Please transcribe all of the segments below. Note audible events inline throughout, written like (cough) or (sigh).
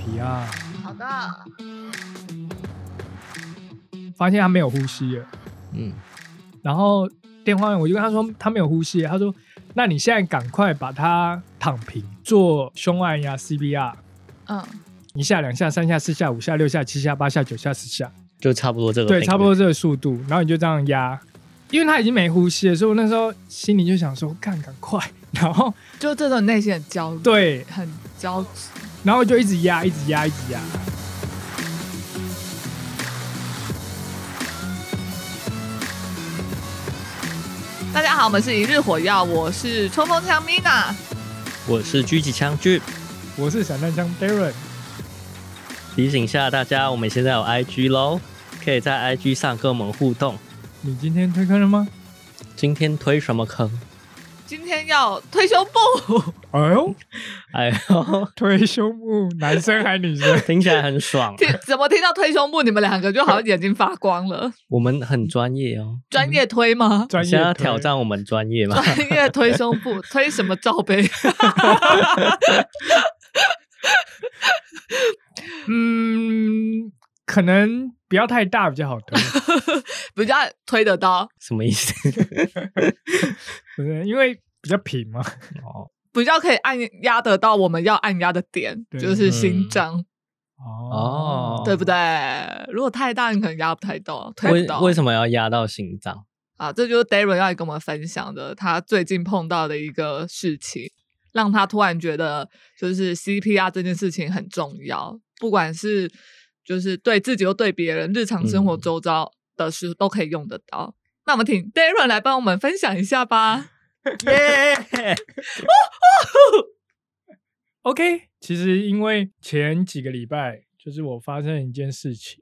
皮啊，好的，发现他没有呼吸了。嗯，然后电话我就跟他说他没有呼吸了，他说那你现在赶快把他躺平，做胸按压 CPR，嗯，一下、两下、三下、四下、五下、六下、七下、八下、九下、十下，就差不多这个频率。对，差不多这个速度，然后你就这样压，因为他已经没呼吸了，所以我那时候心里就想说，干，赶快，然后就这种内心很焦虑，，对，很焦急。然后就一直压，一直压，一直压。大家好，我们是一日火药，我是冲锋枪 Mina。我是狙击枪狙，我是散弹枪 Darren，提醒一下大家，我们现在有 IG 喽，可以在 IG 上跟我们互动。你今天推坑了吗？今天推什么坑？今天要推胸 (laughs) 部，哎呦，哎呦， (laughs) 推胸部，男生还女 (laughs) 生？听起来 (laughs) 很爽。听怎么听到推胸部，你们两个就好像眼睛发光了。我们很专业哦，专业推 (laughs) 吗？专你业现在要推挑？战我们专业吗？专业推胸部，推什么罩杯？ (laughs) 嗯，可能不要太大比较好 (laughs) 推，比较推得到，什么 (laughs) 意思？不是因为比较平嘛。哦，比较可以按压得到我们要按压的点，对就是心脏，哦对不对？如果太大，你可能压不太到，推为不到。为什么要压到心脏？啊，这就是 Darren 要来跟我们分享的，他最近碰到的一个事情，让他突然觉得就是 CPR 这件事情很重要，不管是就是对自己又对别人，日常生活嗯周遭的事都可以用得到。那我们请 Darren 来帮我们分享一下吧。耶！ OK，其实因为前几个礼拜，就是我发生一件事情，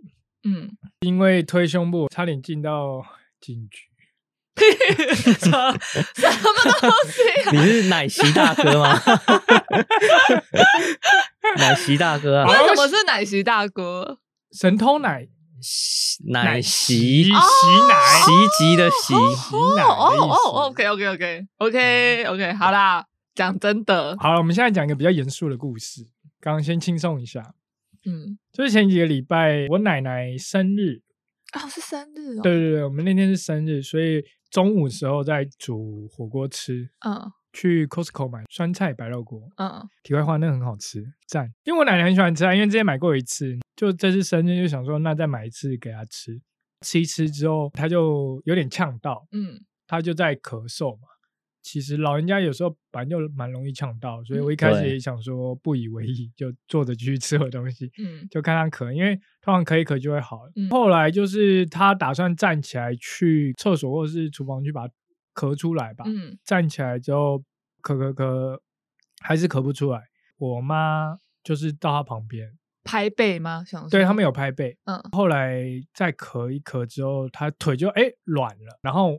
嗯， (laughs) 因为推胸部差点进到警局。什么东 (laughs) 西、啊？你是奶昔大哥吗？奶昔大哥哦啊，为什么是奶昔大哥？神偷奶奶昔洗洗奶涤的洗，洗哦奶的哦意思哦，OK OK OK OK OK，好啦，讲真的，好了，我们现在讲一个比较严肃的故事。刚刚先轻松一下，嗯，就是前几个礼拜我奶奶生日，哦，是生日哦，对对对，我们那天是生日，所以中午时候在煮火锅吃，嗯去 Costco 买酸菜白肉锅。嗯。题外话，那个很好吃，赞！因为我奶奶很喜欢吃啊，因为之前买过一次，就这次生日就想说，那再买一次给她吃。吃一吃之后，她就有点呛到，嗯，她就在咳嗽嘛。其实老人家有时候反正就蛮容易呛到，所以我一开始对也想说不以为意，就坐着继续吃我的东西，嗯就看她咳，因为通常咳一咳就会好了。嗯后来就是她打算站起来去厕所或是厨房去把它咳出来吧，嗯站起来之后咳咳咳，还是咳不出来。我妈就是到她旁边，，拍背吗？想对说他们有拍背，哦嗯后来再咳一咳之后，她腿就哎软了，然后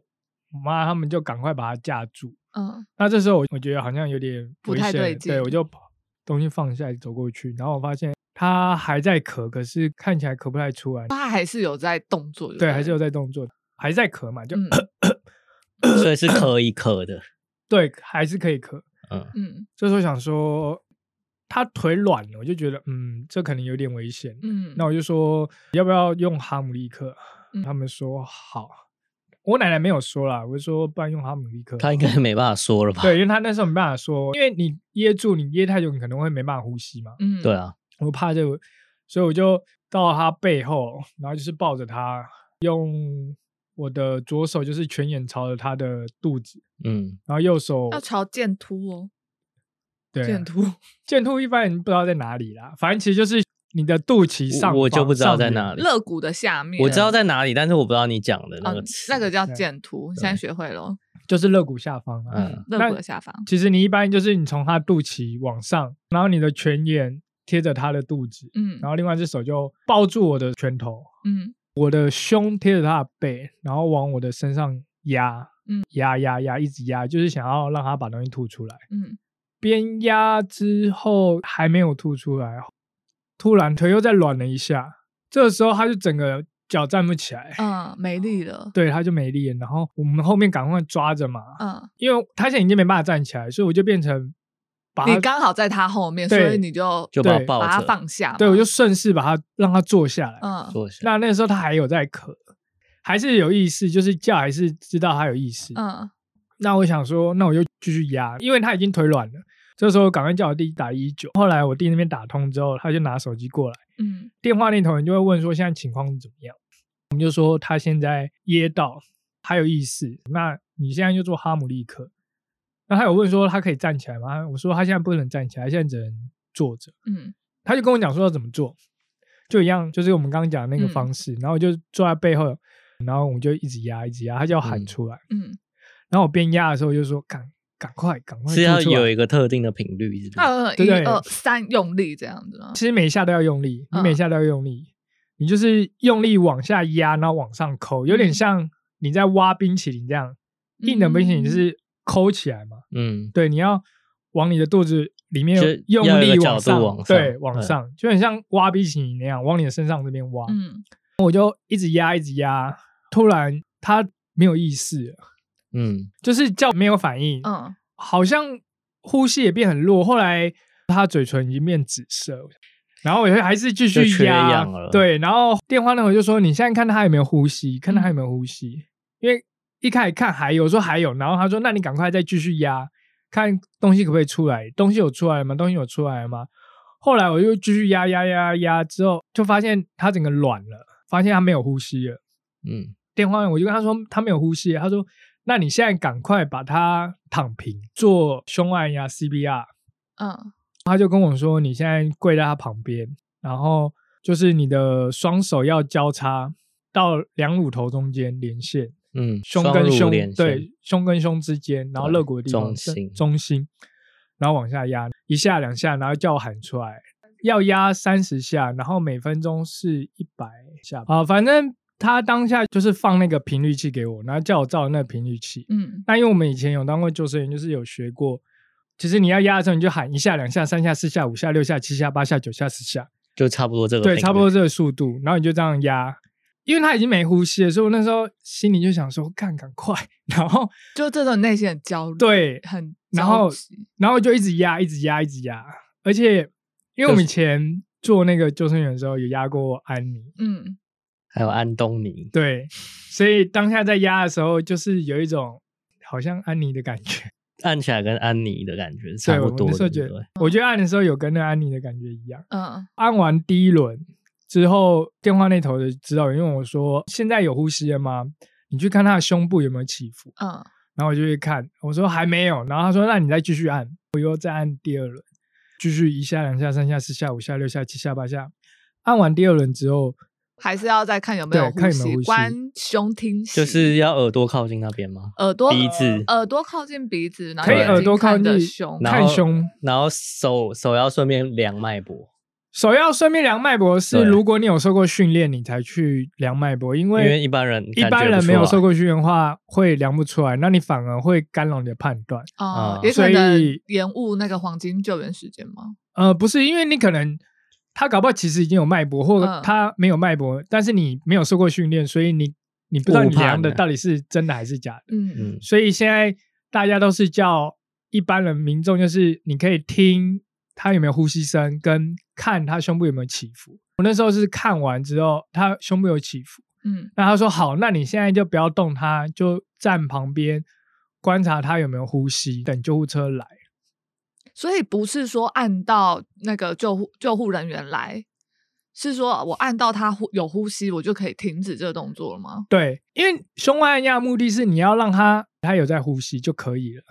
我妈他们就赶快把她架住。嗯那这时候我我觉得好像有点不危太险对了劲对我就跑东西放下走过去，然后我发现她还在咳，可是看起来咳不太出来，他还是有在动作，对，还是有在动作，还在咳嘛，就、嗯所以是可以咳的。对，还是可以咳。嗯，嗯这时候想说他腿软了，我就觉得嗯，这可能有点危险。嗯，那我就说要不要用哈姆立克？嗯他们说好。我奶奶没有说啦，我就说不然用哈姆立克。他应该没办法说了吧？对，因为他那时候没办法说，因为你噎住，你噎太久，你可能会没办法呼吸嘛。嗯 (laughs) 对，啊，我怕这个，所以我就到他背后，然后就是抱着他，用我的左手就是全眼朝着他的肚子，嗯，然后右手要朝剑突哦，对啊剑 (laughs) 突，剑突一般人不知道在哪里啦，反正其实就是你的肚脐上方我我就不知道在上哪缘里。肋骨的下面，我知道在哪里，但是我不知道你讲哦的那啊个词。那个叫对剑突，现在学会了哦，就是肋骨下方啊。嗯嗯，肋骨的下方，其实你一般就是你从他肚脐往上，然后你的拳眼贴着他的肚子，嗯然后另外一只手就抱住我的拳头，嗯我的胸贴着他的背，然后往我的身上压，嗯，压压压，一直压，就是想要让他把东西吐出来。嗯边压之后还没有吐出来，突然腿又再软了一下，这时候他就整个脚站不起来，嗯，没力了， (laughs) 对，他就没力了。然后我们后面赶快抓着嘛，嗯因为他现在已经没办法站起来，所以我就变成把你他，刚好在他后面，所对以你就就把它对抱把他着，放下嘛。对我就顺势把他让他坐下来。嗯坐下。那那时候他还有在咳，还是有意识，就是叫还是知道他有意识。嗯那我想说，那我就继续压，因为他已经腿软了。这时候赶快叫我弟打一九。后来我弟那边打通之后，他就拿手机过来，嗯电话那头人就会问说现在情况是怎么样，我们就说他现在噎到，还有意识。那你现在就做哈姆立克。那他有问说他可以站起来吗？我说他现在不能站起来，现在只能坐着。嗯他就跟我讲说要怎么做，就一样，就是我们刚刚讲的那个嗯方式。然后我就坐在背后，然后我就一直压，一直压，他就要喊嗯出来。嗯，然后我边压的时候就说赶赶快赶快是要做出来有一个特定的频率，是不是？二对一对二三用力这样子吗？其实每一下都要用力，你嗯每一下都要用力，你就是用力往下压，然后往上抠，有点嗯像你在挖冰淇淋这样，硬的冰淇淋就是抠起来嘛，嗯，对，你要往你的肚子里面就是用要有力个往角上，度往上对，往嗯上，就很像挖冰淇淋那样，往你的身上这边挖，嗯一直压，一直压，突然他没有意识了，嗯，就是叫没有反应，嗯好像呼吸也变很弱，后来他嘴唇已经变紫色，然后我还是继续就缺压氧了，对，然后电话那头就说你现在看他有没有呼吸，看嗯他有没有呼吸，因为一开始看还有，说还有，然后他说那你赶快再继续压，看东西可不可以出来，东西有出来吗？东西有出来吗？后来我就继续压压压压，之后就发现他整个软了，发现他没有呼吸了。嗯，电话，我就跟他说他没有呼吸，他说那你现在赶快把他躺平，做胸按压 CPR。嗯他就跟我说你现在跪在他旁边，然后就是你的双手要交叉到两乳头中间连线，嗯，胸双跟乳胸连线，对胸跟胸之间，然后对肋骨的地方中心正中心，然后往下压一下两下，然后叫我喊出来，要压三十下，然后每分钟是一百下啊，反正他当下就是放那个频率器给我，然后叫我照那个频率器。嗯那因为我们以前有当过救生员，就是有学过，其实你要压的时候你就喊一下、两下、三下、四下、五下、六下、七下、八下、九下、十下，就差不多这个频对，率，差不多这个速度，然后你就这样压，因为他已经没呼吸了，所以我那时候心里就想说，干，赶快， (laughs) 然后就这种内心很焦虑，，对，很然后着急然后就一直压，一直压，一直压，而且因为我们以前做那个救生员的时候有压过安妮，嗯还有安东尼， (laughs) 对，所以当下在压的时候，就是有一种好像安妮的感觉，按起来跟安妮的感觉是对差我不那多时候的，觉对得我觉得按的时候有跟那个安妮的感觉一样。嗯按完第一轮之后，电话那头的指导员问我说：“现在有呼吸了吗？你去看他的胸部有没有起伏。嗯”然后我就去看，我说还没有。然后他说：“那你再继续按。”我又再按第二轮，继续一下、两下、三下、四下、五下、六下、七下、八下。按完第二轮之后，还是要再看有没有对看有没有吸呼吸关胸听息，就是要耳朵靠近那边吗？耳朵鼻子耳朵靠近鼻子，然后可以眼睛耳朵靠看着近胸，然看后胸，然后手手要顺便量脉搏，首要顺便量脉搏是，对如果你有受过训练，你才去量脉搏，因因为为一般人一感觉般不啊人出没有来受过训练的话，会量不出来，那你反而会干扰你的判断。哦啊，也所可能以延误那个黄金救援时间吗？呃，不是，因为你可能他搞不好其实已经有脉搏，或者嗯他没有脉搏，但是你没有受过训练，所以你你不知道误你量判的了到底是真的还是假的。嗯嗯，所以现在大家都是叫一般人民众，就是你可以听他有没有呼吸声，跟看他胸部有没有起伏。我那时候是看完之后，他胸部有起伏，嗯那他说好，那你现在就不要动他，就站旁边观察他有没有呼吸，等救护车来。所以不是说按到那个救护救护人员来，是说我按到他呼有呼吸，我就可以停止这个动作了吗？对，因为胸外按压的目的是你要让他他有在呼吸就可以了。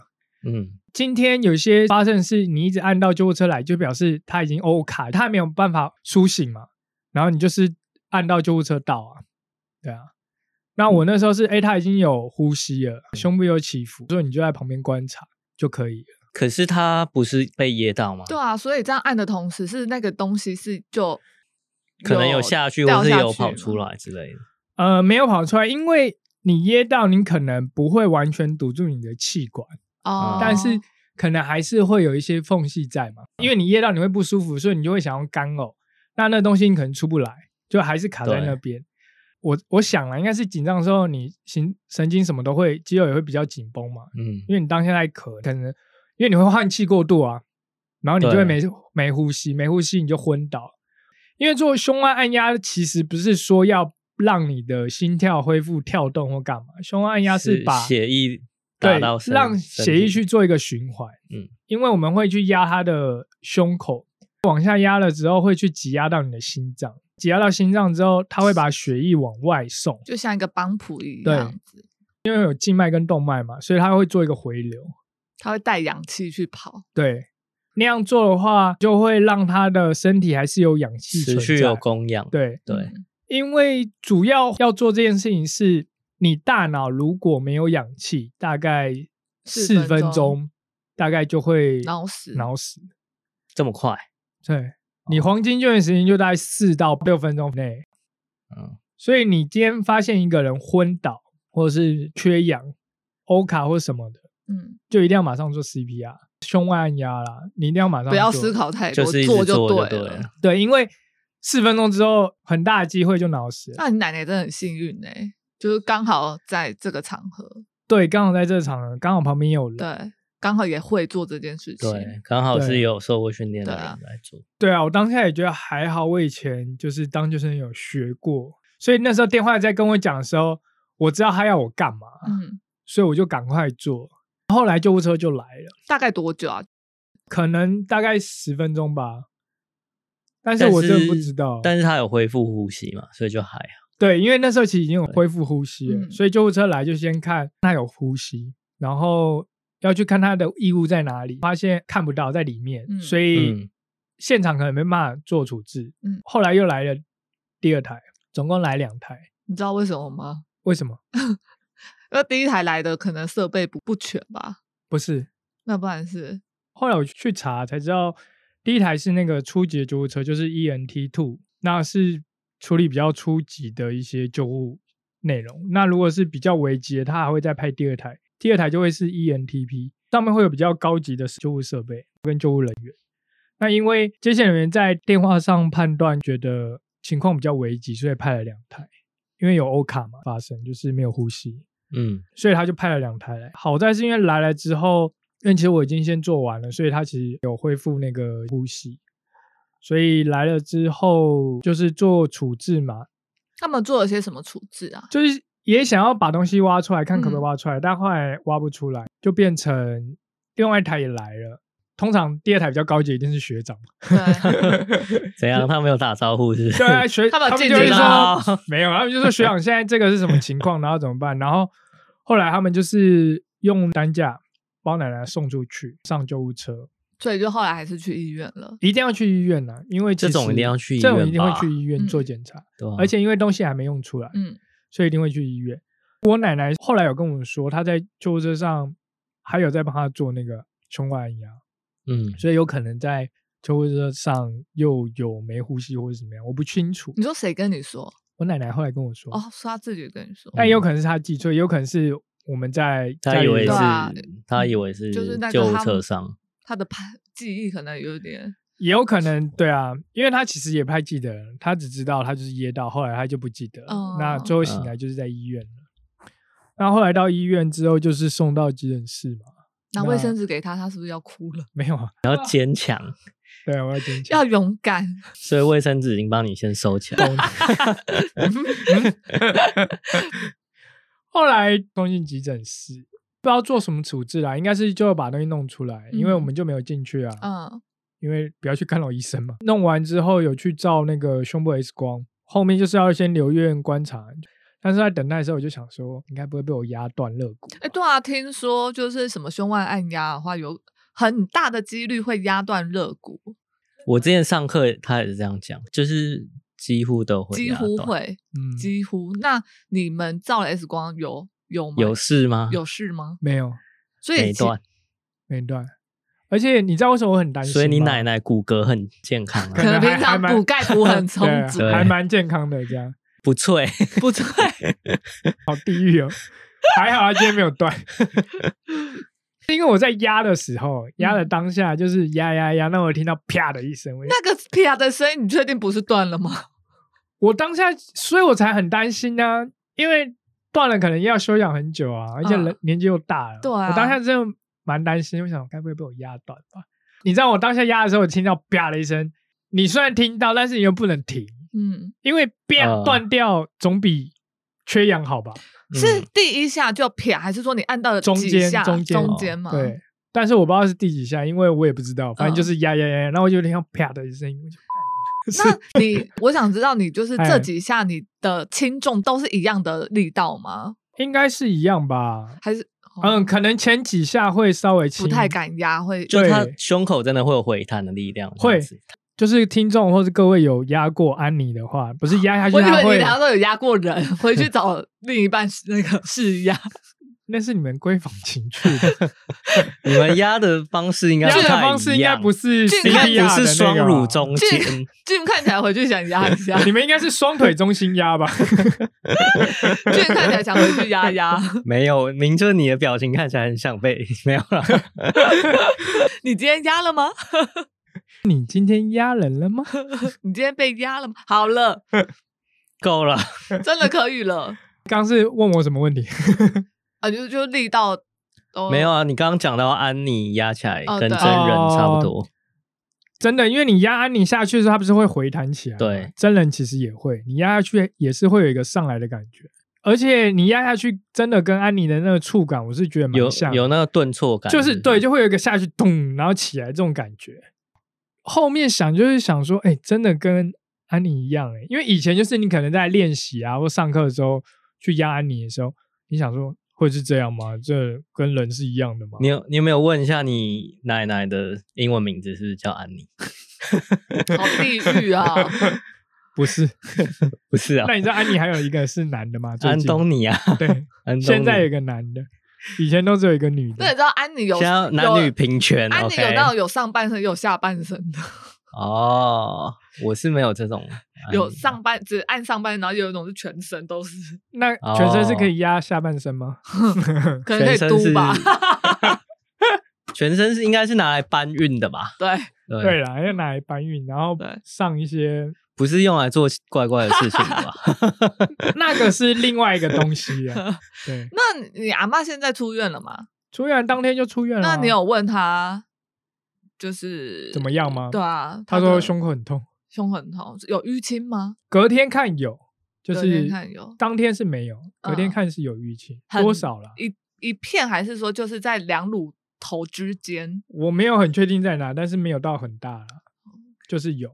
嗯，今天有些发生的是你一直按到救护车来，就表示他已经 O 卡，他没有办法苏醒嘛。然后你就是按到救护车到啊，对啊。那我那时候是，哎、他已经有呼吸了，胸部有起伏，所以你就在旁边观察就可以了。可是他不是被噎到吗？对啊，所以这样按的同时，是那个东西是就可能有下去，掉或是下有去跑吗出来之类的。呃，没有跑出来，因为你噎到，你可能不会完全堵住你的气管。嗯哦，但是可能还是会有一些缝隙在嘛，因为你噎到你会不舒服，所以你就会想要干呕，那那东西你可能出不来，就还是卡在那对边。我我想了，应该是紧张的时候，你神神经什么都会，肌肉也会比较紧绷嘛，嗯因为你当下在咳，可能因为你会换气过度啊，然后你就对会没没呼吸，没呼吸你就昏倒。因为做胸外按压其实不是说要让你的心跳恢复跳动或干嘛，胸外按压是把血液打对到身让身血液体去做一个循环。嗯嗯，因为我们会去压他的胸口，往下压了之后会去挤压到你的心脏，挤压到心脏之后，它会把血液往外送。就像一个帮浦一对样子，因为有静脉跟动脉嘛，所以它会做一个回流。它会带氧气去跑。对，那样做的话，就会让他的身体还是有氧气存持在。续有供氧。对，对，嗯因为主要要做这件事情是，你大脑如果没有氧气，大概四四分分钟，大概就会脑死脑死。这么快，对，哦你黄金救援时间就大概四到六分钟内。嗯，所以你今天发现一个人昏倒，或者是缺氧、欧卡或什么的，嗯，就一定要马上做 CPR，胸外按压啦，你一定要马上不要做思考太多，就是一直做就对对了。了。对，因为四分钟之后很大的机会就脑死了。那你奶奶真的很幸运哎、就是刚好在这个场合，对，刚好在这场合，刚好旁边也有人。对，刚好也会做这件事情。对，刚好是对有受过训练的对啊人来做。对啊，我当下也觉得还好，我以前就是当救生员有学过，所以那时候电话在跟我讲的时候，我知道他要我干嘛，嗯，所以我就赶快做。后来救护车就来了，大概多久啊？可能大概十分钟吧，但是但我真的不知道。但是他有恢复呼吸嘛，所以就还好。对，因为那时候其实已经有恢复呼吸了，嗯所以救护车来就先看他有呼吸，然后要去看他的异物在哪里，发现看不到在里面，嗯所以嗯现场可能没办法做处置。嗯后来又来了第二台，总共来两台，你知道为什么吗？为什么？因为第一台来的可能设备不不全吧，不是，那不然是后来我去查才知道，第一台是那个初级的救护车，就是 ENT two，那是处理比较初级的一些救护内容。那如果是比较危急的，它还会再派第二台，第二台就会是 E ENTP，上面会有比较高级的救护设备跟救护人员。那因为接线人员在电话上判断觉得情况比较危急，所以派了两台，因为有欧卡嘛发生，就是没有呼吸。嗯，所以他就派了两台来。好在是因为来了之后，因为其实我已经先做完了，所以他其实有恢复那个呼吸。所以来了之后就是做处置嘛，他们做了些什么处置啊？就是也想要把东西挖出来，看可不可以挖出来，但后来挖不出来，就变成另外一台也来了。通常第二台比较高级，一定是学长嘛。 (laughs) 对，怎样？他没有打招呼是不是？对啊，学他他们有们禁就止会吗说没有，他们就说学长现在这个是什么情况，然后怎么办？然后后来他们就是用担架把我奶奶送出去，上救护车，所以就后来还是去医院了。一定要去医院呐、啊因为其实这种一定要去医院这种一定吧会去医院嗯做检查， (laughs) 对啊而且因为东西还没用出来，嗯，所以一定会去医院。我奶奶后来有跟我说，她在救护车上还有在帮她做那个胸外按压，嗯，所以有可能在救护车上又有没呼吸或者怎么样，我不清楚你。说谁跟你说？我奶奶后来跟我说，哦，是他自己跟你说，哎但也有可能是他记错，也有可能是我们在他以对为是啊他以为是就是那个救护他车们上，他的判记忆可能有点也有可能对啊，因为他其实也不太记得，他只知道他就是噎到，后来他就不记得了，哦那最后醒来就是在医院了。那后来到医院之后，就是送到急诊室嘛， (laughs) 拿卫生纸给他，他是不是要哭了？ (laughs) 没有啊？然后坚强，对，我要坚强要。勇敢，所以卫生纸已经帮你先收起来。啊后来送进急诊室，不知道做什么处置啦，应该是就要把东西弄出来，因为嗯我们就没有进去啊。嗯，因为不要去干扰医生嘛。弄完之后有去照那个胸部 X 光，后面就是要先留院观察。但是在等待的时候，我就想说，应该不会被我压断肋骨。哎，对啊，听说就是什么胸外按压的话，有很大的几率会压断肋骨，我之前上课他也是这样讲，就是几乎都会几压乎断。会，嗯，几乎。那你们照了 X 光有有吗？有事吗？有事吗？没有所以没其断，没断。而且你知道为什么我很担心吗？所以你奶奶骨骼很健康可啊，能平还还常蛮补钙补很充对啊足， (laughs) 对还蛮健康的这样。 (laughs) 不脆。不 (laughs) 对，还好他今天没有断。 (laughs) 因为我在压的时候，压嗯的当下就是压压压，那我听到啪的一声，我就那个啪的声音，你确定不是断了吗？ (laughs) 我当下，所以我才很担心呢、因为断了可能要休养很久啊，而且人、嗯年纪又大了。对啊我当下真的蛮担心，我想该不会被我压断吧？你知道我当下压的时候，我听到啪的一声，你虽然听到，但是你又不能停，嗯，因为啪啊断掉总比缺氧好吧？是嗯第一下就撇，还是说你按到了中几间下中间哦哦中间嘛？对， (laughs) 但是我不知道是第几下，因为我也不知道，反正嗯就是压压压，然后我就听到啪的一声音，我就那你，我想知道你就是哎这几下你的轻重都是一样的力道吗？应该是一样吧。还是哦嗯，可能前几下会稍微轻不太，敢压会？就他对胸口真的会有回弹的力量，会这样子就是听众或是各位有压过安妮的话，不是压下去我以它为会你，俩都有压过人，回去找另一半 (laughs) 那个试压。那是你们闺房情趣 (laughs) 吧，你们压的方式应该压不的太方式应该一样不是这 C 应 P 该 R 的那不个是双乳中间 (laughs) 这，俊看起来回去想压一下吧，，你们应该是双腿中心压吧？ (laughs) 俊看起来想回去压压。 (laughs) 没有，明就你的表情看起来很想被 (laughs) 没有啦。你今天压了吗？ (laughs) 你今天压人了吗？你今天被压了吗？好 (laughs) 了，够了，真的可以了刚是问我什么问题？啊！就就力道哦都没有啊？你刚刚讲到安妮压起来哦跟对真人差不多，真的，因为你压安妮下去的时候，它不是会回弹起来吗？对真人其实也会，你压下去也是会有一个上来的感觉，而且你压下去真的跟安妮的那个触感，我是觉得有蛮像的，有那个顿挫感，就是不对，，就会有一个下去咚，然后起来这种感觉。后面想就是想说，哎、真的跟安妮一样哎、因为以前就是你可能在练习啊或上课的时候去压安妮的时候，你想说会是这样吗？这跟人是一样的吗？你有你有没有问一下你奶奶的英文名字是不是叫安妮？好地狱啊！ (laughs) 不是？ (laughs) 不是啊那，你知道安妮还有一个是男的吗？最安近东尼啊，对，安东尼现在有一个男的，以前都只有一个女那你的。知道安妮有现在男女有平权安妮有，OK？那种有上半身也有下半身的，哦，我是没有这 (laughs) 种，有安妮上半 (laughs) 只按上半身，然后有一种是全身都是，那全身是可以压下半身吗？可能可以嗯全身嘟是吧？ (laughs) 全身是应该是拿来搬运的吧？ (laughs) 对，对对啦，要拿来搬运，然后对上一些，不是用来做怪怪的事情的吧？ (laughs) 那个是另外一个东西啊。对，那你阿妈现在出院了吗？出院当天就出院了啊。那你有问她就是怎么样吗对啊，他她说的胸口很痛，胸很痛，有淤青吗？隔天看有，就隔天是看有当天是没有，隔天嗯看是有淤青，很多少啦？一一片，还是说就是在两乳头之间？我没有很确定在哪，但是没有到很大啦，就是有。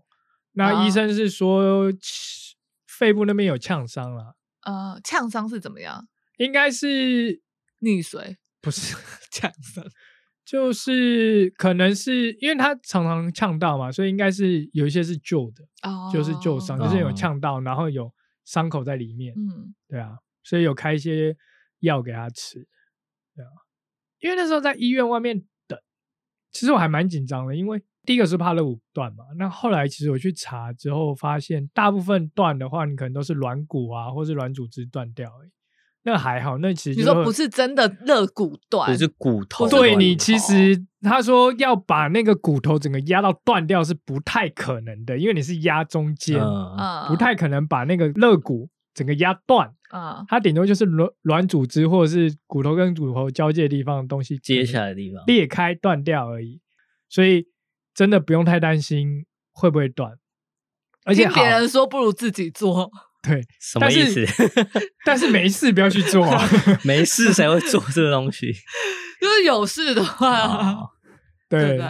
那啊医生是说气肺部那边有呛伤啦，呃，呛伤是怎么样？应该是溺水？不是 (laughs) 呛伤？就是可能是因为他常常呛到嘛，所以应该是有一些是旧的，哦，就是旧伤，就是有哦呛到，然后有伤口在里面，嗯，对啊，所以有开一些药给他吃，对啊，因为那时候在医院外面等，其实我还蛮紧张的，因为第一个是怕肋骨断嘛，那后来其实我去查之后发现，大部分断的话，你可能都是软骨啊，或是软组织断掉而已，那还好，那其实你就说会不是真的肋骨断，不是骨头不啊的是问对题，你，骨其头实他说要把那个骨头整个压到断掉是不太可能的，因为你是压中间，嗯，嗯不太可能把那个肋骨整个压断。嗯它顶多就是软软组织或者是骨头跟骨头交界的地方的东西接下来的地方，裂开断掉而已，所以真的不用太担心会不会断。而且听好别，人说不如自己做，对，什么意思？ (laughs) 但是没事，不要去做啊、 (laughs) 没事，谁会做这个东 (laughs) 西？就是有事的话哦， (laughs) 对不对，对？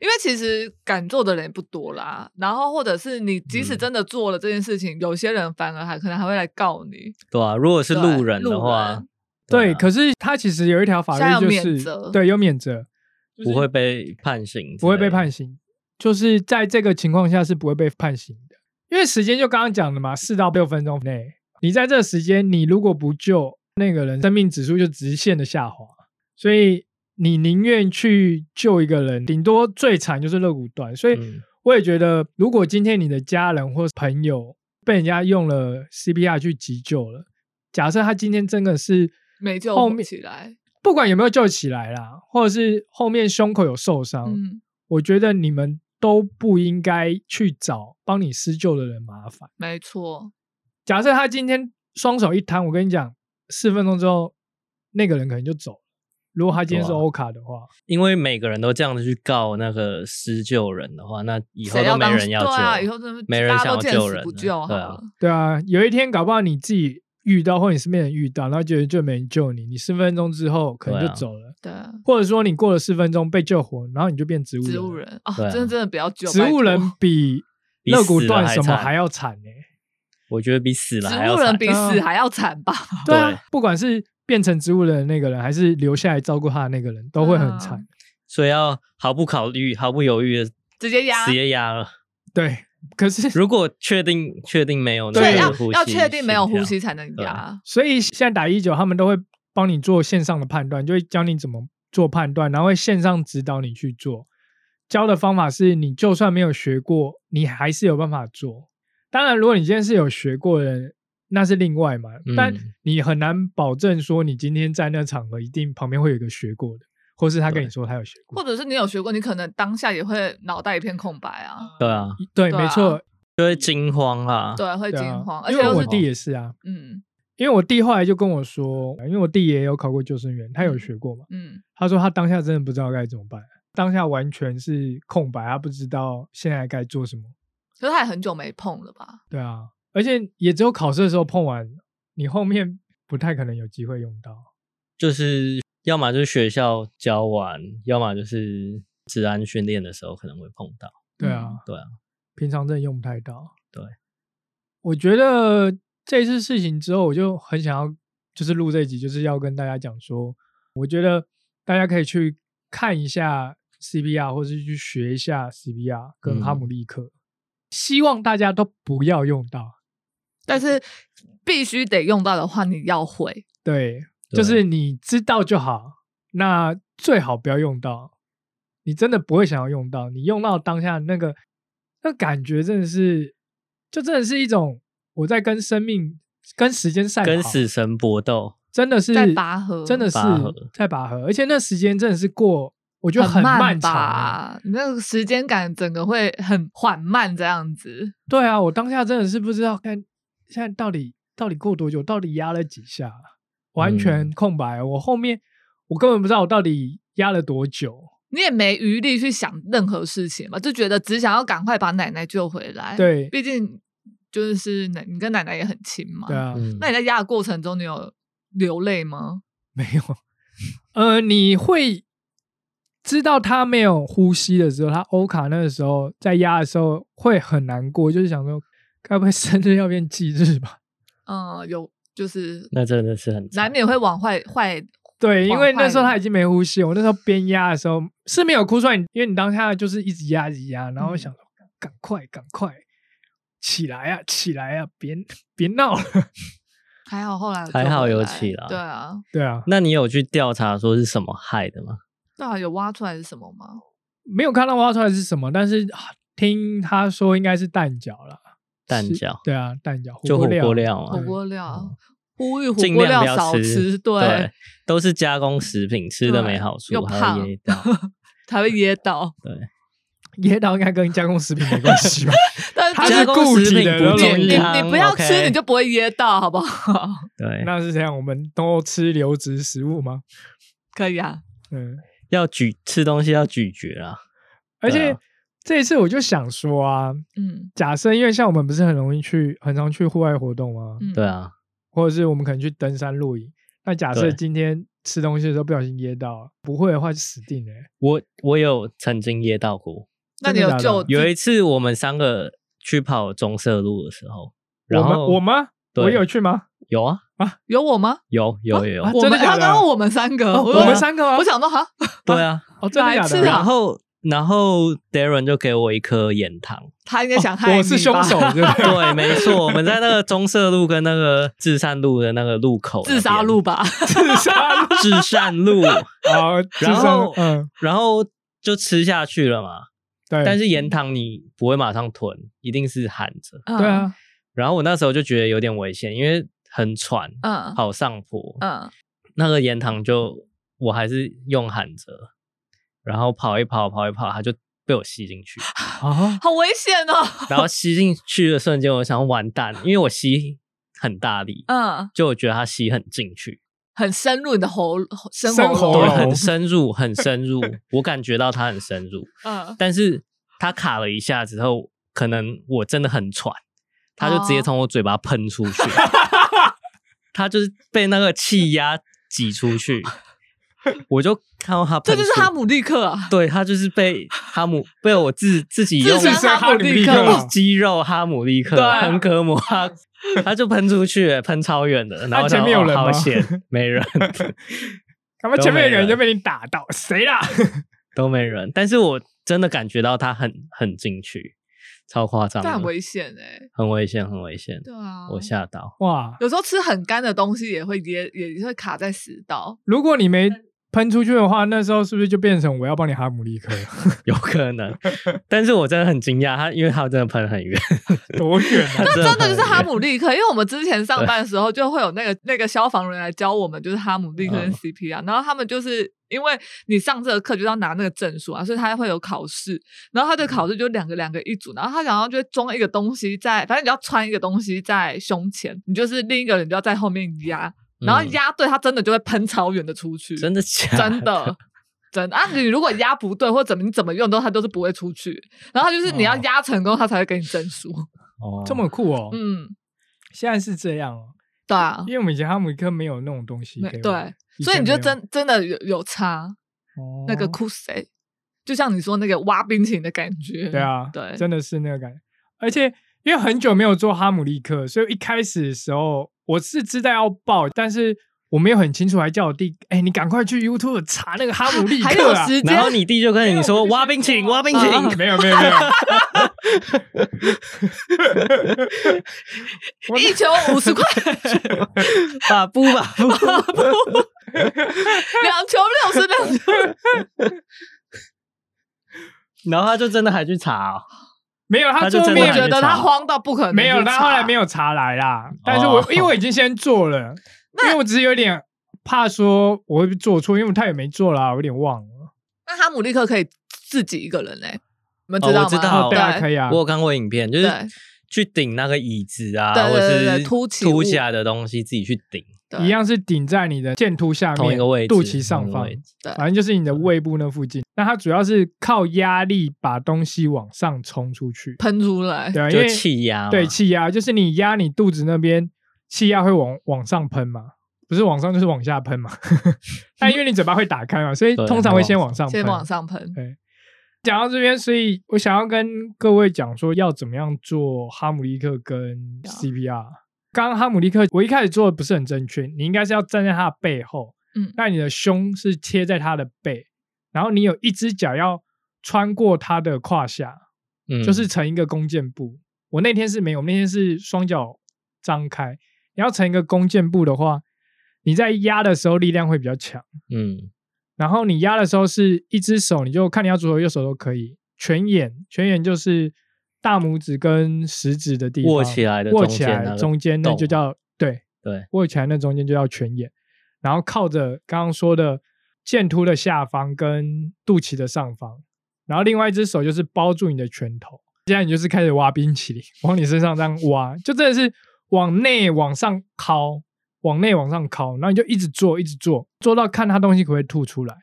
因为其实敢做的人也不多啦，然后或者是你即使嗯真的做了这件事情，有些人反而还可能还会来告你，对啊，如果是对路人的路话人，对。啊可是它其实有一条法现在有律就免是责对有免责，就是不会被判刑，不会被判。刑，就是在这个情况下是不会被判刑的，因为时间就刚刚讲的嘛，四到六分钟内，你在这个时间，你如果不救那个人，生命指数就直线的下滑，所以你宁愿去救一个人，顶多最惨就是肋骨断。所以嗯我也觉得，如果今天你的家人或朋友被人家用了 CPR 去急救了，假设他今天真的是没救后不面起来。不管有没有救起来啦，或者是后面胸口有受伤，嗯，我觉得你们都不应该去找帮你施救的人麻烦。没错，假设他今天双手一摊，我跟你讲，四分钟之后，那个人可能就走了。如果他今天是对啊欧卡的话，因为每个人都这样子去告那个施救人的话，那以后谁都没当人要救，对啊，以后真的没人大想家要都见救死人不了救好对啊了。对啊，有一天搞不好你自己遇到，或者你身边人遇到，然后觉得就没人救你，你四分钟之后可能对就啊走了，对啊，或者说你过了四分钟被救活，然后你就变植物植人物了。人啊，对啊真的真的不要救植拜物托人比 (laughs) 比肋骨死了断还什么惨还要惨欸呢、我觉得比死了还植要物惨嗯人。比死还要惨吧？对啊对，不管是变成植物人的那个人，还是留下来照顾他的那个人，都会很嗯惨。所以要毫不考虑、毫不犹豫的直接压直接压了。对，可是如果确定确定没有那所对以个要呼吸，要确定没有心跳呼吸才能对压。所以现在打一九，他们都会帮你做线上的判断，就会教你怎么做判断，然后会线上指导你去做。教的方法是你就算没有学过，你还是有办法做。当然，如果你今天是有学过的人，那是另外嘛。嗯但你很难保证说你今天在那场合一定旁边会有一个学过的，或是他跟你对说他有学或过。者是你有学过，你可能当下也会脑袋一片空白啊，对啊，对，对啊没错，就会惊慌啦。对，会对惊啊慌，而因且为又我是弟也是啊，嗯因为我弟后来就跟我说，因为我弟也有考过救生员，他有学过嘛。嗯，他说他当下真的不知道该怎么办，当下完全是空白，他不知道现在该做什么。可是他也很久没碰了吧？对啊，而且也只有考试的时候碰完，你后面不太可能有机会用到。就是要么就是学校教完，要么就是治安训练的时候可能会碰到。对嗯啊，对啊，平常真的用不太到。对，我觉得这次事情之后，我就很想要就是录这一集，就是要跟大家讲说，我觉得大家可以去看一下 CPR，或是去学一下 CPR 跟哈姆立克，希望大家都不要用到。但是必须得用到的话，你要会。对，对就是你知道就好，那最好不要用到。你真的不会想要用到，你用到当下那个那感觉真的是，就真的是一种我在跟生命、跟时间赛跑，跟死神搏斗，真的是在拔河真的是拔河在拔河，而且那时间真的是过，我觉得很漫长、欸。吧，你那个时间感整个会很缓慢这样子。对啊，我当下真的是不知道看现在到底到底过多久，到底压了几下，完全嗯空白。我后面我根本不知道我到底压了多久。你也没余力去想任何事情嘛，就觉得只想要赶快把奶奶救回来。，对毕竟就是奶，你跟奶奶也很亲嘛。对啊，嗯那你在压的过程中，你有流泪吗？没有。呃，你会知道他没有呼吸的时候，他欧卡那个时候在压的时候会很难过，就是想说，该不会生日要变忌日吧？ (laughs) 嗯，有，就是那真的是很惨难免会往坏坏。对，因往为那时候坏他已经没呼吸了，我那时候边压的时候是没有哭出来，因为你当下就是一直压一直压，然后想说赶快赶快起来啊起来啊，别别闹了。 (laughs) 还好后来还好有起起来。啦对啊，对啊，那你有去调查说是什么害的吗？对啊，有挖出来是什么吗？没有看到挖出来是什么，但是啊听他说应该是蛋饺啦，蛋是饺对啊，蛋饺就火锅料。料火嘛，锅料，呼吁火 (laughs) 尽锅量不料要少吃，对，都是加工食品，吃的没好又处，还胖会噎到。才会噎 (laughs) 到。 (laughs) 椰岛应该跟加工食品没关系吧？但是它就是加工固体食品的不那种你健你康，你不要吃， OK 你就不会噎到，好不好？ (laughs) 对，那是这样，我们都吃流质食物吗？可以啊，嗯，要咀吃东西要咀嚼啦。而对且、啊这一次我就想说啊，嗯假设因为像我们不是很容易去，很常去户外活动吗？嗯，对啊，或者是我们可能去登山露营。那假设对今天吃东西的时候不小心噎到，不会的话就死定了欸、我我有曾经噎到过，那你有真的假救的有一次我们三个去跑棕色路的时候，然后我吗？我对吗我有去吗？有啊有我吗？有有有有，啊我真的们假他的刚刚我们三个，哦我我们三个吗我想到哈，对啊，哦，真的假哪一次的？啊然后然后 Darren 就给我一颗盐糖， (laughs) 他应该想害我你是凶吧手，对不对 (laughs) 对，没错，我们在那个棕色路跟那个至善路的那个路口，自杀路，(laughs) 吧？自 (laughs) 杀至善路，啊，自然杀后嗯，然后就吃下去了嘛。对，但是盐糖你不会马上吞，一定是含着。嗯对啊，然后我那时候就觉得有点危险，因为很喘，嗯，跑上坡，嗯那个盐糖就我还是用含着，然后跑一跑，跑一跑，它就被我 (laughs) 吸进去。啊，好危险哦，然后吸进去的瞬间，我想完蛋，因为我吸很大力，嗯，就我觉得它吸很进去，很深入你的喉深深喉喉对，咙很深入，很深入，我感觉到它很深入，嗯，但是它卡了一下之后，可能我真的很喘，它就直接哦从我嘴巴喷出去，它就是被那个气压挤出去，我就看到它这喷出，就是哈姆立克啊，对，它就是被哈姆被我自自己用自身哈姆立克哈姆立克，啊肌肉哈姆立克对啊横膈膜哈，它就喷出去，喷超远的，然那后前想面有哦人好吗险，没人。他们前面有个人就被你打到，谁 (laughs) 啦？都没人，但是我真的感觉到他很很进去，超夸张的，但很危险哎，很危险，很危险，对啊，我吓到。 (laughs) 哇！有时候吃很干的东西也会也也会卡在食道，如果你没喷出去的话，那时候是不是就变成我要帮你哈姆立克了？有可能，但是我真的很惊讶，他因为他真的喷很远，多远啊他！(laughs) 真真的就是喷很哈远姆立克，因为我们之前上班的时候就会有那 (laughs) 个那个消防人来教我们，就是哈姆立克跟嗯 CPR，、然后他们就是因为你上这个课就是要拿那个证书啊，所以他会有考试，然后他的考试就两个两个一组，然后他想要就会装一个东西在，反正你要穿一个东西在胸前，你就是另一个人就要在后面压，然后嗯压对他真的就会喷超远的出去，真的假真的。真的啊！你如果压不对或怎么你怎么用都它都是不会出去，然后它就是你要哦压成功，它才会给你证书。哦这么酷哦！嗯，现在是这样哦，对啊，因为我们以前哈姆立克没有那种东西没给我，对，以前所以你就没有真真的有有差那个哦酷谁，就像你说那个挖冰淇淋的感觉，对啊，对，真的是那个感觉。而且因为很久没有做哈姆立克，所以一开始的时候我是知道要报，但是我没有很清楚，还叫我弟，哎、你赶快去 YouTube 查那个哈姆立还有克啊！时间然，后你弟就跟你说挖冰淇淋，挖冰嗯淇淋，没有没有没有，我一球五十块， (laughs) 把布把布， (laughs) 两球六十，两球然后他就真的还去查 (laughs) 哦，没有，他他最就后真的面还觉没得他查慌到不可能，没有，他后来没有，有查来啦。但是我、哦因为我已经先做 (laughs) 了，因为我只是有点怕说我会不会做错，因为他也没做啦，我有点忘了。那哈姆立克可以自己一个人嘞，你们哦知道我知吗？道对啊，对可以啊我。有看过影片，就是对去顶那个椅子啊，对对或对对者对是凸起物凸起来的东西自己去顶，一对，样是顶在你的剑突下同一面个位置，肚脐上同一个方位，置对反正就是你的胃部那附近。那它主要是靠压力把东西往上冲出去，喷出来，对啊，因为就气压嘛，对气压，就是你压你肚子那边，气压会往往上喷嘛，不是往上就是往下喷嘛。 (laughs) 但因为你嘴巴会打开嘛，所以对通常会先往上喷先。往上喷，讲到这边，所以我想要跟各位讲说要怎么样做哈姆立克跟 CPR。刚刚哈姆立克，我一开始做的不是很正确，你应该是要站在他的背后，嗯那你的胸是贴在他的背，然后你有一只脚要穿过他的胯下，嗯就是成一个弓箭步。我那天是没有，我那天是双脚张开。你要成一个弓箭步的话，你在压的时候力量会比较强。嗯然后你压的时候是一只手，你就看你要左手右手都可以。全眼，全眼就是大拇指跟食指的地方握起来的握中起间来那个中间那洞就叫对对，握起来那中间就叫全眼，然后靠着刚刚说的剑突的下方跟肚脐的上方，然后另外一只手就是包住你的拳头，现在你就是开始挖冰淇淋，往你身上这样挖，就真的是往内往上敲，往内往上敲，然后你就一直做，一直做，做到看它东西可不可以吐出来。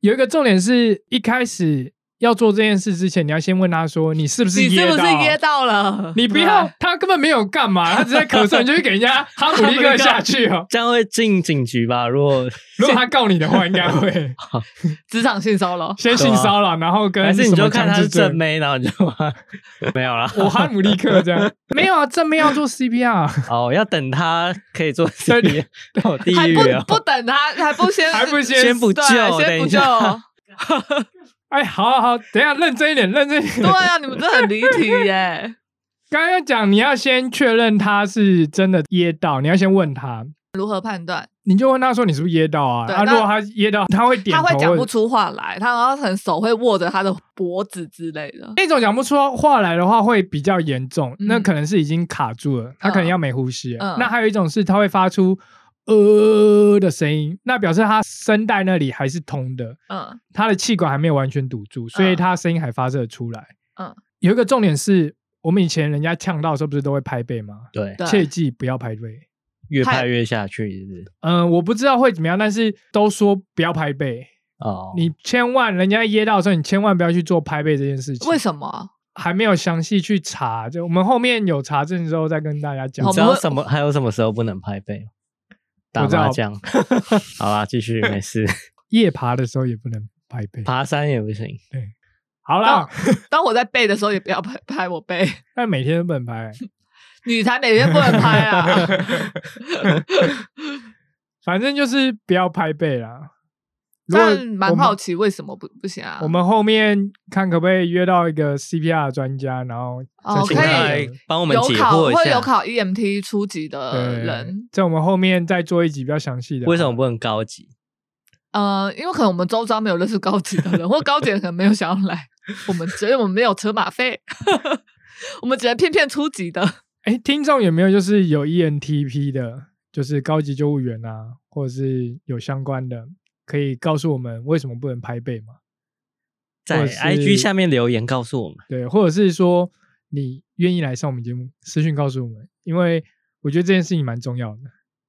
有一个重点是一开始要做这件事之前，你要先问他说你是不是你是噎不是到噎到 (laughs) 了？ (laughs) 啊你不啊要，他根本没有干嘛，他只在咳嗽，你就去给人 (laughs) 家哈姆立克下去哦。这样会进警局吧？如果如果他告你的话，应该 (laughs) 会职场性骚扰，先性骚扰，然后跟啊还是你什就么看强他制是罪正，妹，然后你就把没有啦。我哈姆立克这 (laughs) 样。没有啊，正面要做 CPR，哦，要等他可以做对 C P 到地还不狱哦。不等他，(laughs) 还不先还不先先不对救先等不一救，下哎，好好好，等一下认真一点，认真一点 (laughs) (laughs) 对。啊，你们真的很离题耶。刚刚讲你要先确认他是真的噎到，你要先问他，如何 (laughs) 判断？你就问他说你是不是噎到啊？对啊，那如果他噎到，他会点他头会讲或不者出话来，他然后可能手会握着他的脖子之类的。那种讲不出话来的话会比较严重，嗯那可能是已经卡住了，他可能要没呼吸了。嗯那还有一种是他会发出呃的声音，那表示他声带那里还是通的，嗯，他的气管还没有完全堵住，所以他声音还发射出来。嗯，有一个重点是我们以前人家呛到的时候不是都会拍背吗？对对切记不要拍背，越太拍越下去，是不是？嗯，我不知道会怎么样，但是都说不要拍背，哦，你千万人家噎到的时候，你千万不要去做拍背这件事情。为什么啊？还没有详细去查，就我们后面有查证之后再跟大家讲好你。知我们道会什么？还有什么时候不能拍背吗？打我知道 (laughs) 麻将。好啦，继续，没事。夜爬的时候也不能拍背。爬山也不行。好啦，当我在背的时候，也不要拍拍我背， (laughs) 但每天都不能拍。你才每天不能拍啊！反正就是不要拍背啦。 (laughs) 如果但蛮我们好奇为什么不不行啊？我们后面看可不可以约到一个 CPR 的专家，然后哦再请请他可以他来来帮我们有解考惑一会有下，考 EMT 初级的对呃人，，在我们后面再做一集比较详细的。为什么不能高级？呃，因为可能我们周遭没有认识高级的 (laughs) 人，或高级的人可能没有想要来，我们所以我们没有车马费， (laughs) 我们只能骗骗初级的。哎，听众有没有就是有 E ENTP 的，就是高级救护员啊，或者是有相关的，可以告诉我们为什么不能拍背吗？在或者是 IG 下面留言告诉我们。对，或者是说你愿意来上我们节目，私讯告诉我们，因为我觉得这件事情蛮重要的。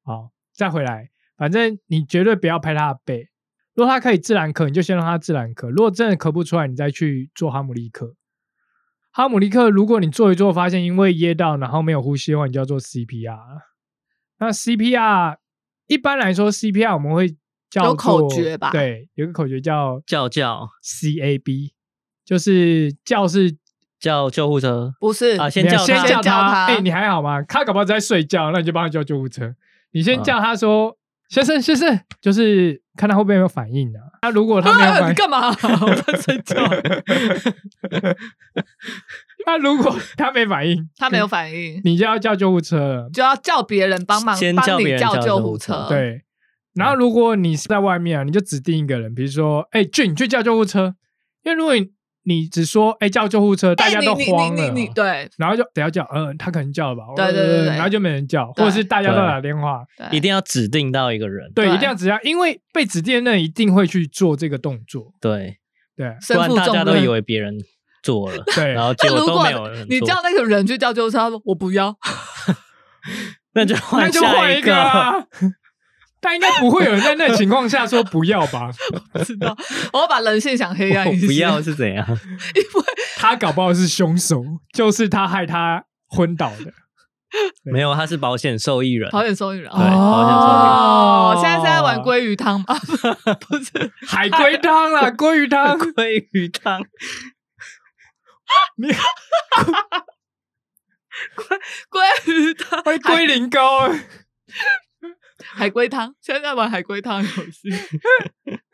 好，再回来，反正你绝对不要拍他的背。如果他可以自然咳，你就先让他自然咳。如果真的咳不出来，你再去做哈姆立克。哈姆立克，如果你做一做，发现因为噎到，然后没有呼吸的话，你就要做 CPR 了。那 CPR 一般来说，CPR 我们会叫有口做诀吧对，有个口诀叫叫叫 CAB，就是叫是叫救护 (laughs) 车不是啊！先你叫先他先叫他，他哎、你还好吗？他搞不好在睡觉，那你就帮他叫救护车。你先叫他说：“先生，先生。”就是看他会不会有反应啊。那如果他没有 (laughs) 啊，反你应，干 (laughs) 嘛？我在睡觉，那如果他没反应，他没有反应，你就要叫救护车了。就要叫别人帮忙先叫帮别你人叫叫救救护护车车。，哎对。然后如果你是在外面啊，你就指定一个人，比如说，哎、俊，你去叫救护车。因为如果你你只说，哎、叫救护车，大哎，家你都你慌你了你啊。你对然后就等下叫，嗯，他可能叫了吧，对对对对然后就没人叫，对或者是大家都对打电话，对， (laughs) 一定要指定到一个人，对，对一定要指定，因为被指定的人一定会去做这个动作，对，对不身然负大重家都任以为别人做了，对然后结 (laughs) 那果如都果没有人你做叫那个人去叫救护车，他说我不要， (laughs) (laughs) 那就那换就下换一个 (laughs) 啊。但应该不会有人在那情况下说不要吧？ (laughs) 不知道，我要把人性想黑暗 (laughs) 我一些。不要是怎样？他搞不好是凶手，就是他害他昏倒的。没有，他是保险受益人， (laughs) 保险受益人对好像是哦，现在是在玩鲑鱼汤吗？ (laughs) 不是，海龟汤 (laughs) 啦，鲑鱼汤，鲑鱼汤，鲑鱼汤，会龟苓膏。海龟汤，现在在玩海龟汤游戏。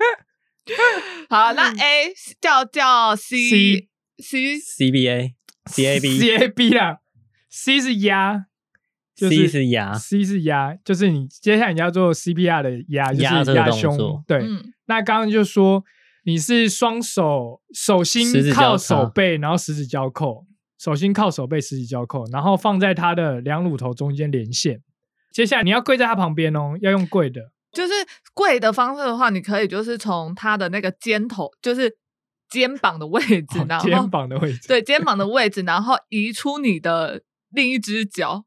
(laughs) 好，那嗯 A 叫叫 C C C CBA CAB C A B 啦，C 是压，就是 C 是牙 C 是压，就是你接下来你要做 C P R 的压，就压是这个压动胸作。对，嗯那刚刚就说你是双手手十心指交叉靠手背，然后十指交扣，手心靠手背，十指交扣，然后放在他的两乳头中间连线。接下来你要跪在他旁边哦，要用跪的，就是跪的方式的话，你可以就是从他的那个肩头，就是肩膀的位置，然 (laughs) 哦后肩膀的位置，对肩膀的位置，然后移出你的另一只脚，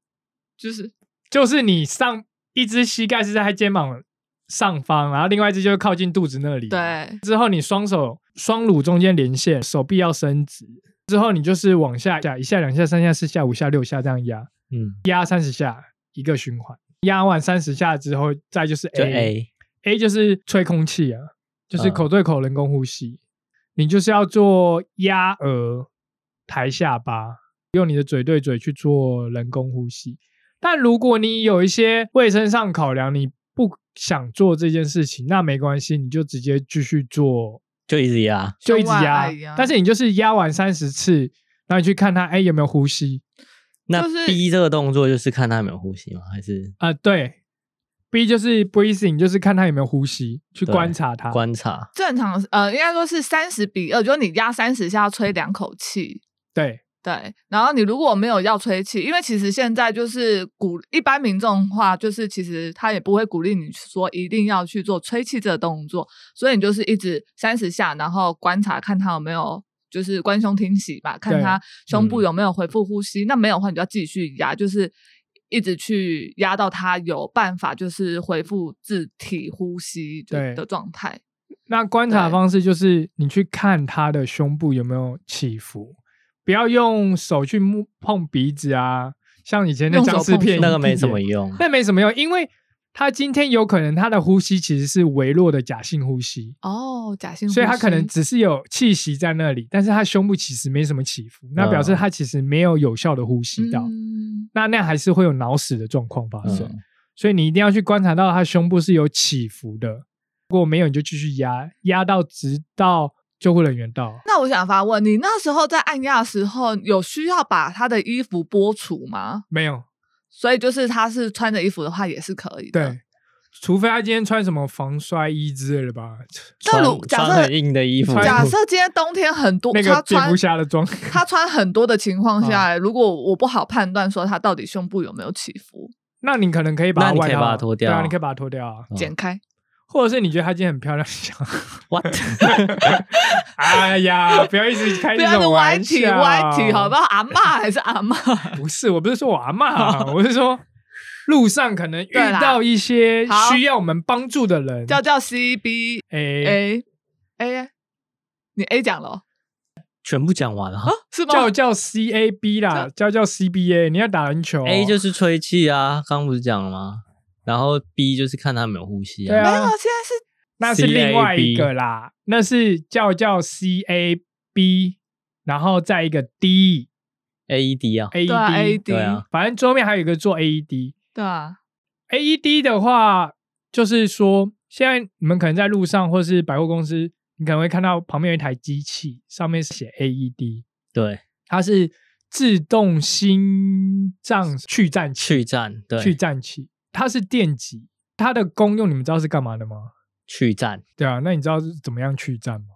就是就是你上一只膝盖是在他肩膀上方，然后另外一只就是靠近肚子那里。，对。之后你双手双乳中间连线，手臂要伸直。之后你就是往下下一下、两下、三下、四下、五下、六下这样压，嗯，压三十下一个循环，压完三十下之后，再就是就 A，A A 就是吹空气啊，就是嗯口对口人工呼吸。你就是要做压额、抬下巴，用你的嘴对嘴去做人工呼吸。但如果你有一些卫生上考量，你不想做这件事情，那没关系，你就直接继续做，就一直压，就一直胸外压按压。但是你就是压完三十次，然后你去看他，哎、有没有呼吸？那就是 B 这个动作就是看他有没有呼吸吗？还是啊、对，B 就是 breathing，就是看他有没有呼吸，去对观察他。观察？正常呃，应该说是三十比二，就是你压三十下吹两口气，对，对。然后你如果没有要吹气，因为其实现在就是鼓一般民众的话，就是其实他也不会鼓励你说一定要去做吹气这个动作，所以你就是一直三十下，然后观察看他有没有。就是观胸挺起吧，看对他胸部嗯有没有恢复呼吸。那没有的话，你就要继续压，就是一直去压到他有办法，就是恢复自体呼吸就对的状态。那观察对方式就是你去看他的胸部有没有起伏，不要用手去摸碰鼻子啊，像以前那用手僵尸碰片胸那个没什用。么用。那没什么用，因为他今天有可能他的呼吸其实是微弱的假性呼吸，哦，假性呼吸，所以他可能只是有气息在那里，但是他胸部其实没什么起伏，那表示他其实没有有效的呼吸道，嗯那那还是会有脑死的状况发生。嗯所以你一定要去观察到他胸部是有起伏的，如果没有你就继续压，压到直到救护人员到。那我想发问，你那时候在按压的时候，有需要把他的衣服剥除吗？没有，所以就是他是穿着衣服的话也是可以的。对，除非他今天穿什么防摔衣之类的吧，那穿如假穿设很硬的衣服，假设今天冬天很多，那他个蝙穿蝠侠的 (laughs) 装。嗯他穿很多的情况下，如果我不好判断说他到底胸部有没有起伏，那你可能可以把那你外可以套把它脱掉对啊，你可以把它脱掉啊，嗯剪开，或者是你觉得她今天很漂亮，想 what？ (laughs) 哎呀，不要一直开不这要是种歪哎玩题笑，歪题，好不？好？阿嬷还是阿嬷，不是，我不是说我阿妈，我是说路上可能遇到一些对啦好需要我们帮助的人，叫叫 C B 哎， A A，你 A 讲了哦全部讲完了啊。？是吗？叫叫 C A B 啦，叫叫 C B A，你要打篮球 A 就是是吹气啊，刚不是讲了吗？然后 B 就是看他有没有呼吸对啊。没啊有，，现在是那是另外一个啦，那是叫叫 C A B，然后再一个 D A E D 啊， A 对啊 D，对啊 AD，反正桌面还有一个做 A E D。对啊， AED 的话，就是说，现在你们可能在路上或是百货公司，你可能会看到旁边有一台机器，上面是写 AED，对，它是自动心脏去颤器，去站，对，去颤器，它是电极，它的功用你们知道是干嘛的吗？去站，对啊，那你知道是怎么样去颤吗？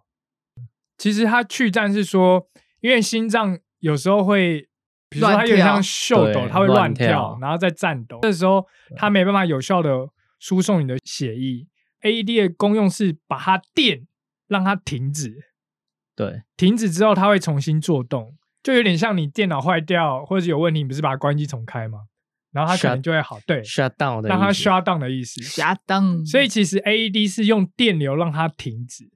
其实它去颤是说，因为心脏有时候会，比如说它有点像秀乱抖，跳它会乱对乱跳然后再颤抖，这时候它没办法有效的输送你的血液。AED 的功用是把它电，让它停止，对，停止之后它会重新做动，就有点像你电脑坏掉或者有问题，你不是把它关机重开吗？然后它可能 Shut- 就会好，对， shut down 的意思，让它 shut down 的意思，瞎当，所以其实 AED 是用电流让它停止。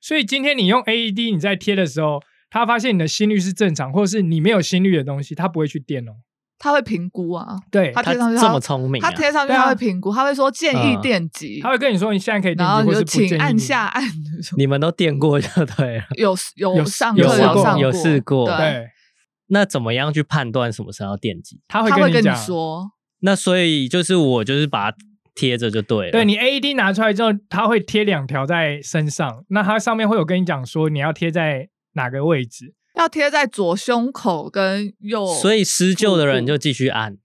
所以今天你用 AED 你在贴的时候，它发现你的心率是正常，或者是你没有心率的东西，它不会去电哦。他会评估啊，对，它它他贴上去这么聪明啊他，贴上去对啊他会评估，他会说建议嗯电击，会跟你说你现在可以电然后击，你或就是不建议请按你下。按， (laughs) 你们都电过就对了。有有有上有课试过上有试过对，对，那怎么样去判断什么时候要电击？它会他会你跟你讲。说，那所以就是我就是把它贴着就对了。对你 AED 拿出来之后，它会贴两条在身上，那它上面会有跟你讲说你要贴在哪个位置。要贴在左胸口跟右，所以施救的人就继续按，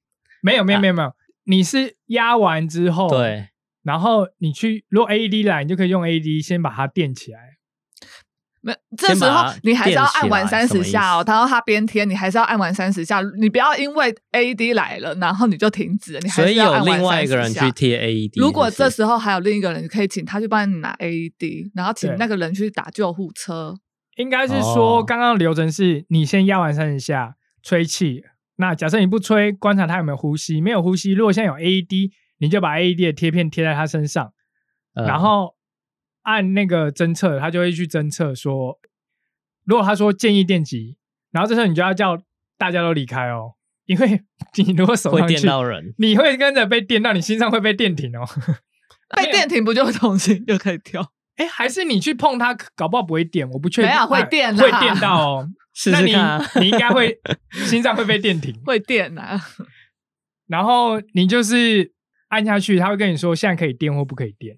没有，没啊有，没有，没有，你是压完之后，，对，然后你去如果 AED 来，你就可以用 AED 先把它垫起来，没这时先把候它你还是要按完垫三起来十下哦。然后他边贴，你还是要按完三十下，你不要因为 AED 来了，然后你就停止了，你还所是以要有按完另外一个人30下去。贴 AED。如果这是时候还有另一个人，你可以请他去帮你拿 AED，然后请对那个人去打救护车。应该是说，哦刚刚的流程是你先压完三十下吹气。那假设你不吹，观察他有没有呼吸，没有呼吸，如果现在有 AED，你就把 AED 的贴片贴在他身上，嗯然后按那个侦测，他就会去侦测说，如果他说建议电极，然后这时候你就要叫大家都离开哦，因为 (laughs) 你如果手会上电去，(laughs) 到人，你会跟着被电到，你心脏会被电停哦。被电停不就重新就可以跳？ (laughs) 哎，还是你去碰它，搞不好不会电，我不确定。没有会哎电啊啦会电到 (laughs) 哦。试试看啊 (laughs) 那你你应该会心脏会被电 (laughs) 停，会电啊！然后你就是按下去，他会跟你说现在可以电或不可以电，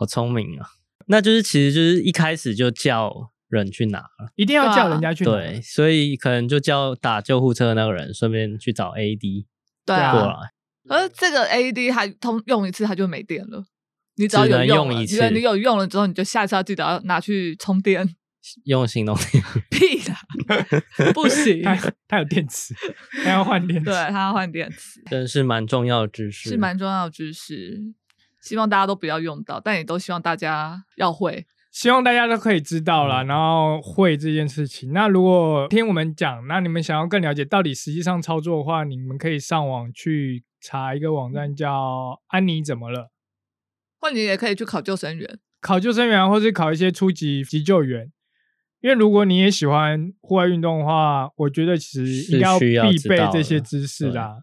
好聪明啊！那就是其实就是一开始就叫人去拿，一定要对啊叫人家去拿。对，所以可能就叫打救护车的那个人，顺便去找 AED 对对啊过啊，来。而这个 AED 它通用一次它就没电了，你只要只有能了用一次因为你有用了之后，你就下次要记得要拿去充电。 (laughs) 用行动电屁 (laughs) 啦，不行，它它有电池，它要换电池 (laughs) 对，。它要换电池，真是蛮重要的知识，是蛮重要的知识。希望大家都不要用到，但也都希望大家要会。希望大家都可以知道啦，然后会这件事情。那如果听我们讲，那你们想要更了解到底实际上操作的话，你们可以上网去查一个网嗯站叫“安妮怎么了或你也可以去考救生员。”，考救生员或是考一些初级急救员。因为如果你也喜欢户外运动的话，我觉得其实是应该需要必知备道这些的知识对啦。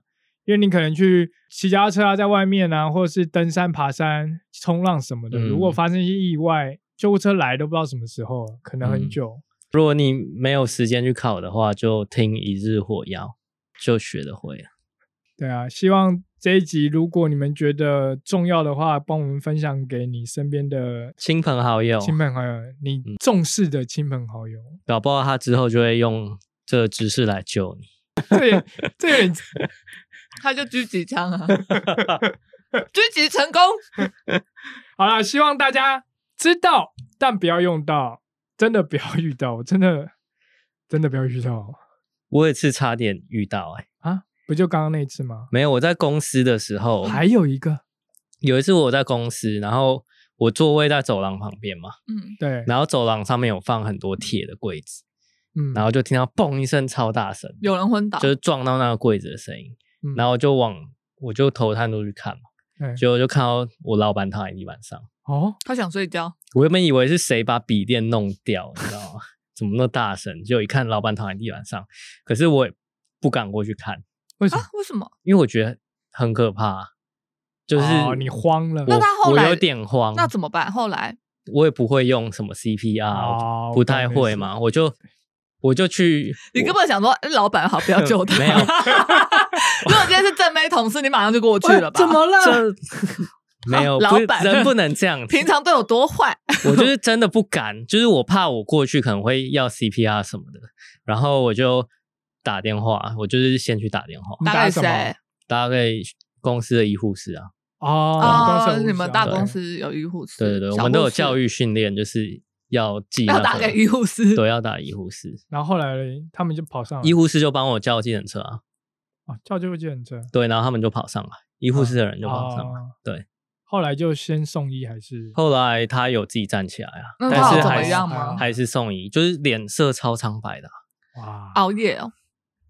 因为你可能去骑脚踏车啊，在外面啊，或者是登山、爬山、冲浪什么的，如果嗯发生一些意外，救护车来都不知道什么时候了，可能很嗯久。如果你没有时间去考的话，就听一日火药，就学得会了。对啊，希望这一集如果你们觉得重要的话，帮我们分享给你身边的亲朋好友，嗯亲朋好友，你重视的亲朋好友。搞不好他之后就会用这个知识来救你。这也 (laughs) 这有点他就狙击枪 (laughs) 啊，狙击成功。好啦，希望大家知道，但不要用到，真的不要遇到，真的 (laughs) 真的不要遇到我也是差点遇到、欸，哎，啊！不就刚刚那一次吗？没有，我在公司的时候，还有一个，有一次我在公司，然后我座位在走廊旁边嘛，嗯，对，然后走廊上面有放很多铁的柜子，嗯，然后就听到嘣一声超大声，有人昏倒，就是撞到那个柜子的声音，嗯然后我就往我就头探出去看嘛，对结果就看到我老板躺在地板上。哦，他想睡觉，我原本以为是谁把笔电弄掉，你知道吗？怎么那么大声？结果一看，老板躺在地板上，可是我也不敢过去看，为什么啊？？为什么？因为我觉得很可怕，就是、哦你慌了那他我后我来有点慌，那怎么办？后来我也不会用什么 CPR，、哦不太会嘛，我就我 (laughs) 就去，你根本想说，哎，老板好，不要救他。 (laughs) 没有如果今天是正妹同事，你马上就过去了吧？怎么了？这 (laughs) 没 (laughs) 有，老不是板人不能这样子，平常对我多坏？ (laughs) 我就是真的不敢，就是我怕我过去可能会要 CPR 什么的，然后我就打电话，我就是先去打电话你，大打概什么谁？打给公司的医护室啊，哦，哦公，司你们大无效公司有医护室，对对对，小我们都有护士教育训练，就是要记要那打个给医护师。对，要打医护室，然后后来嘞他们就跑上来医护室就帮我叫计程车啊，哦，叫救护程车，对，然后他们就跑上来，医护室的人就跑上来，哦对。后来就先送医还是？后来他有自己站起来啊，那但他是有怎还么是样吗？还是送医，就是脸色超苍白的啊、哇，熬夜哦，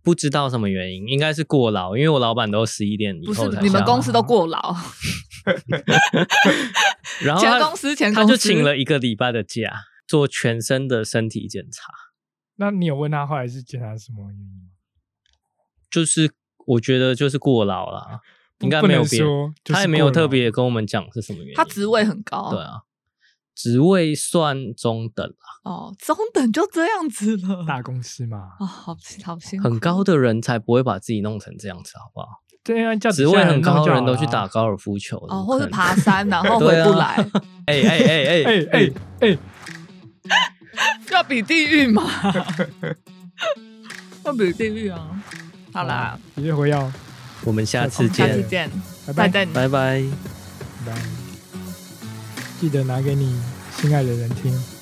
不知道什么原因，应该是过劳，因为我老板都十一点以不是后才啊你们下班公司都过劳，然后前他公司前他公就司请了一个礼拜的假，做全身的身体检查。那你有问他后来是检查什么原因吗？就是我觉得就是过劳啦，应该没有别不能说就是他也没有过劳特别跟我们讲是什么原因。他职位很高，对啊，职位算中等啦，哦，中等就这样子了。大公司嘛，啊，好辛好辛苦，很高的人才不会把自己弄成这样子，好不好？对啊，叫职底位下弄很高就的好人都啦去打。高尔夫球哦，或是是爬山然后回对啊不来，哎哎哎 (laughs) 哎哎哎哎，要比地狱嘛，要比地狱啊！好啦，一定回要，我们下次下次见，见，拜拜再见。拜拜。拜拜，记得拿给你心爱的人听。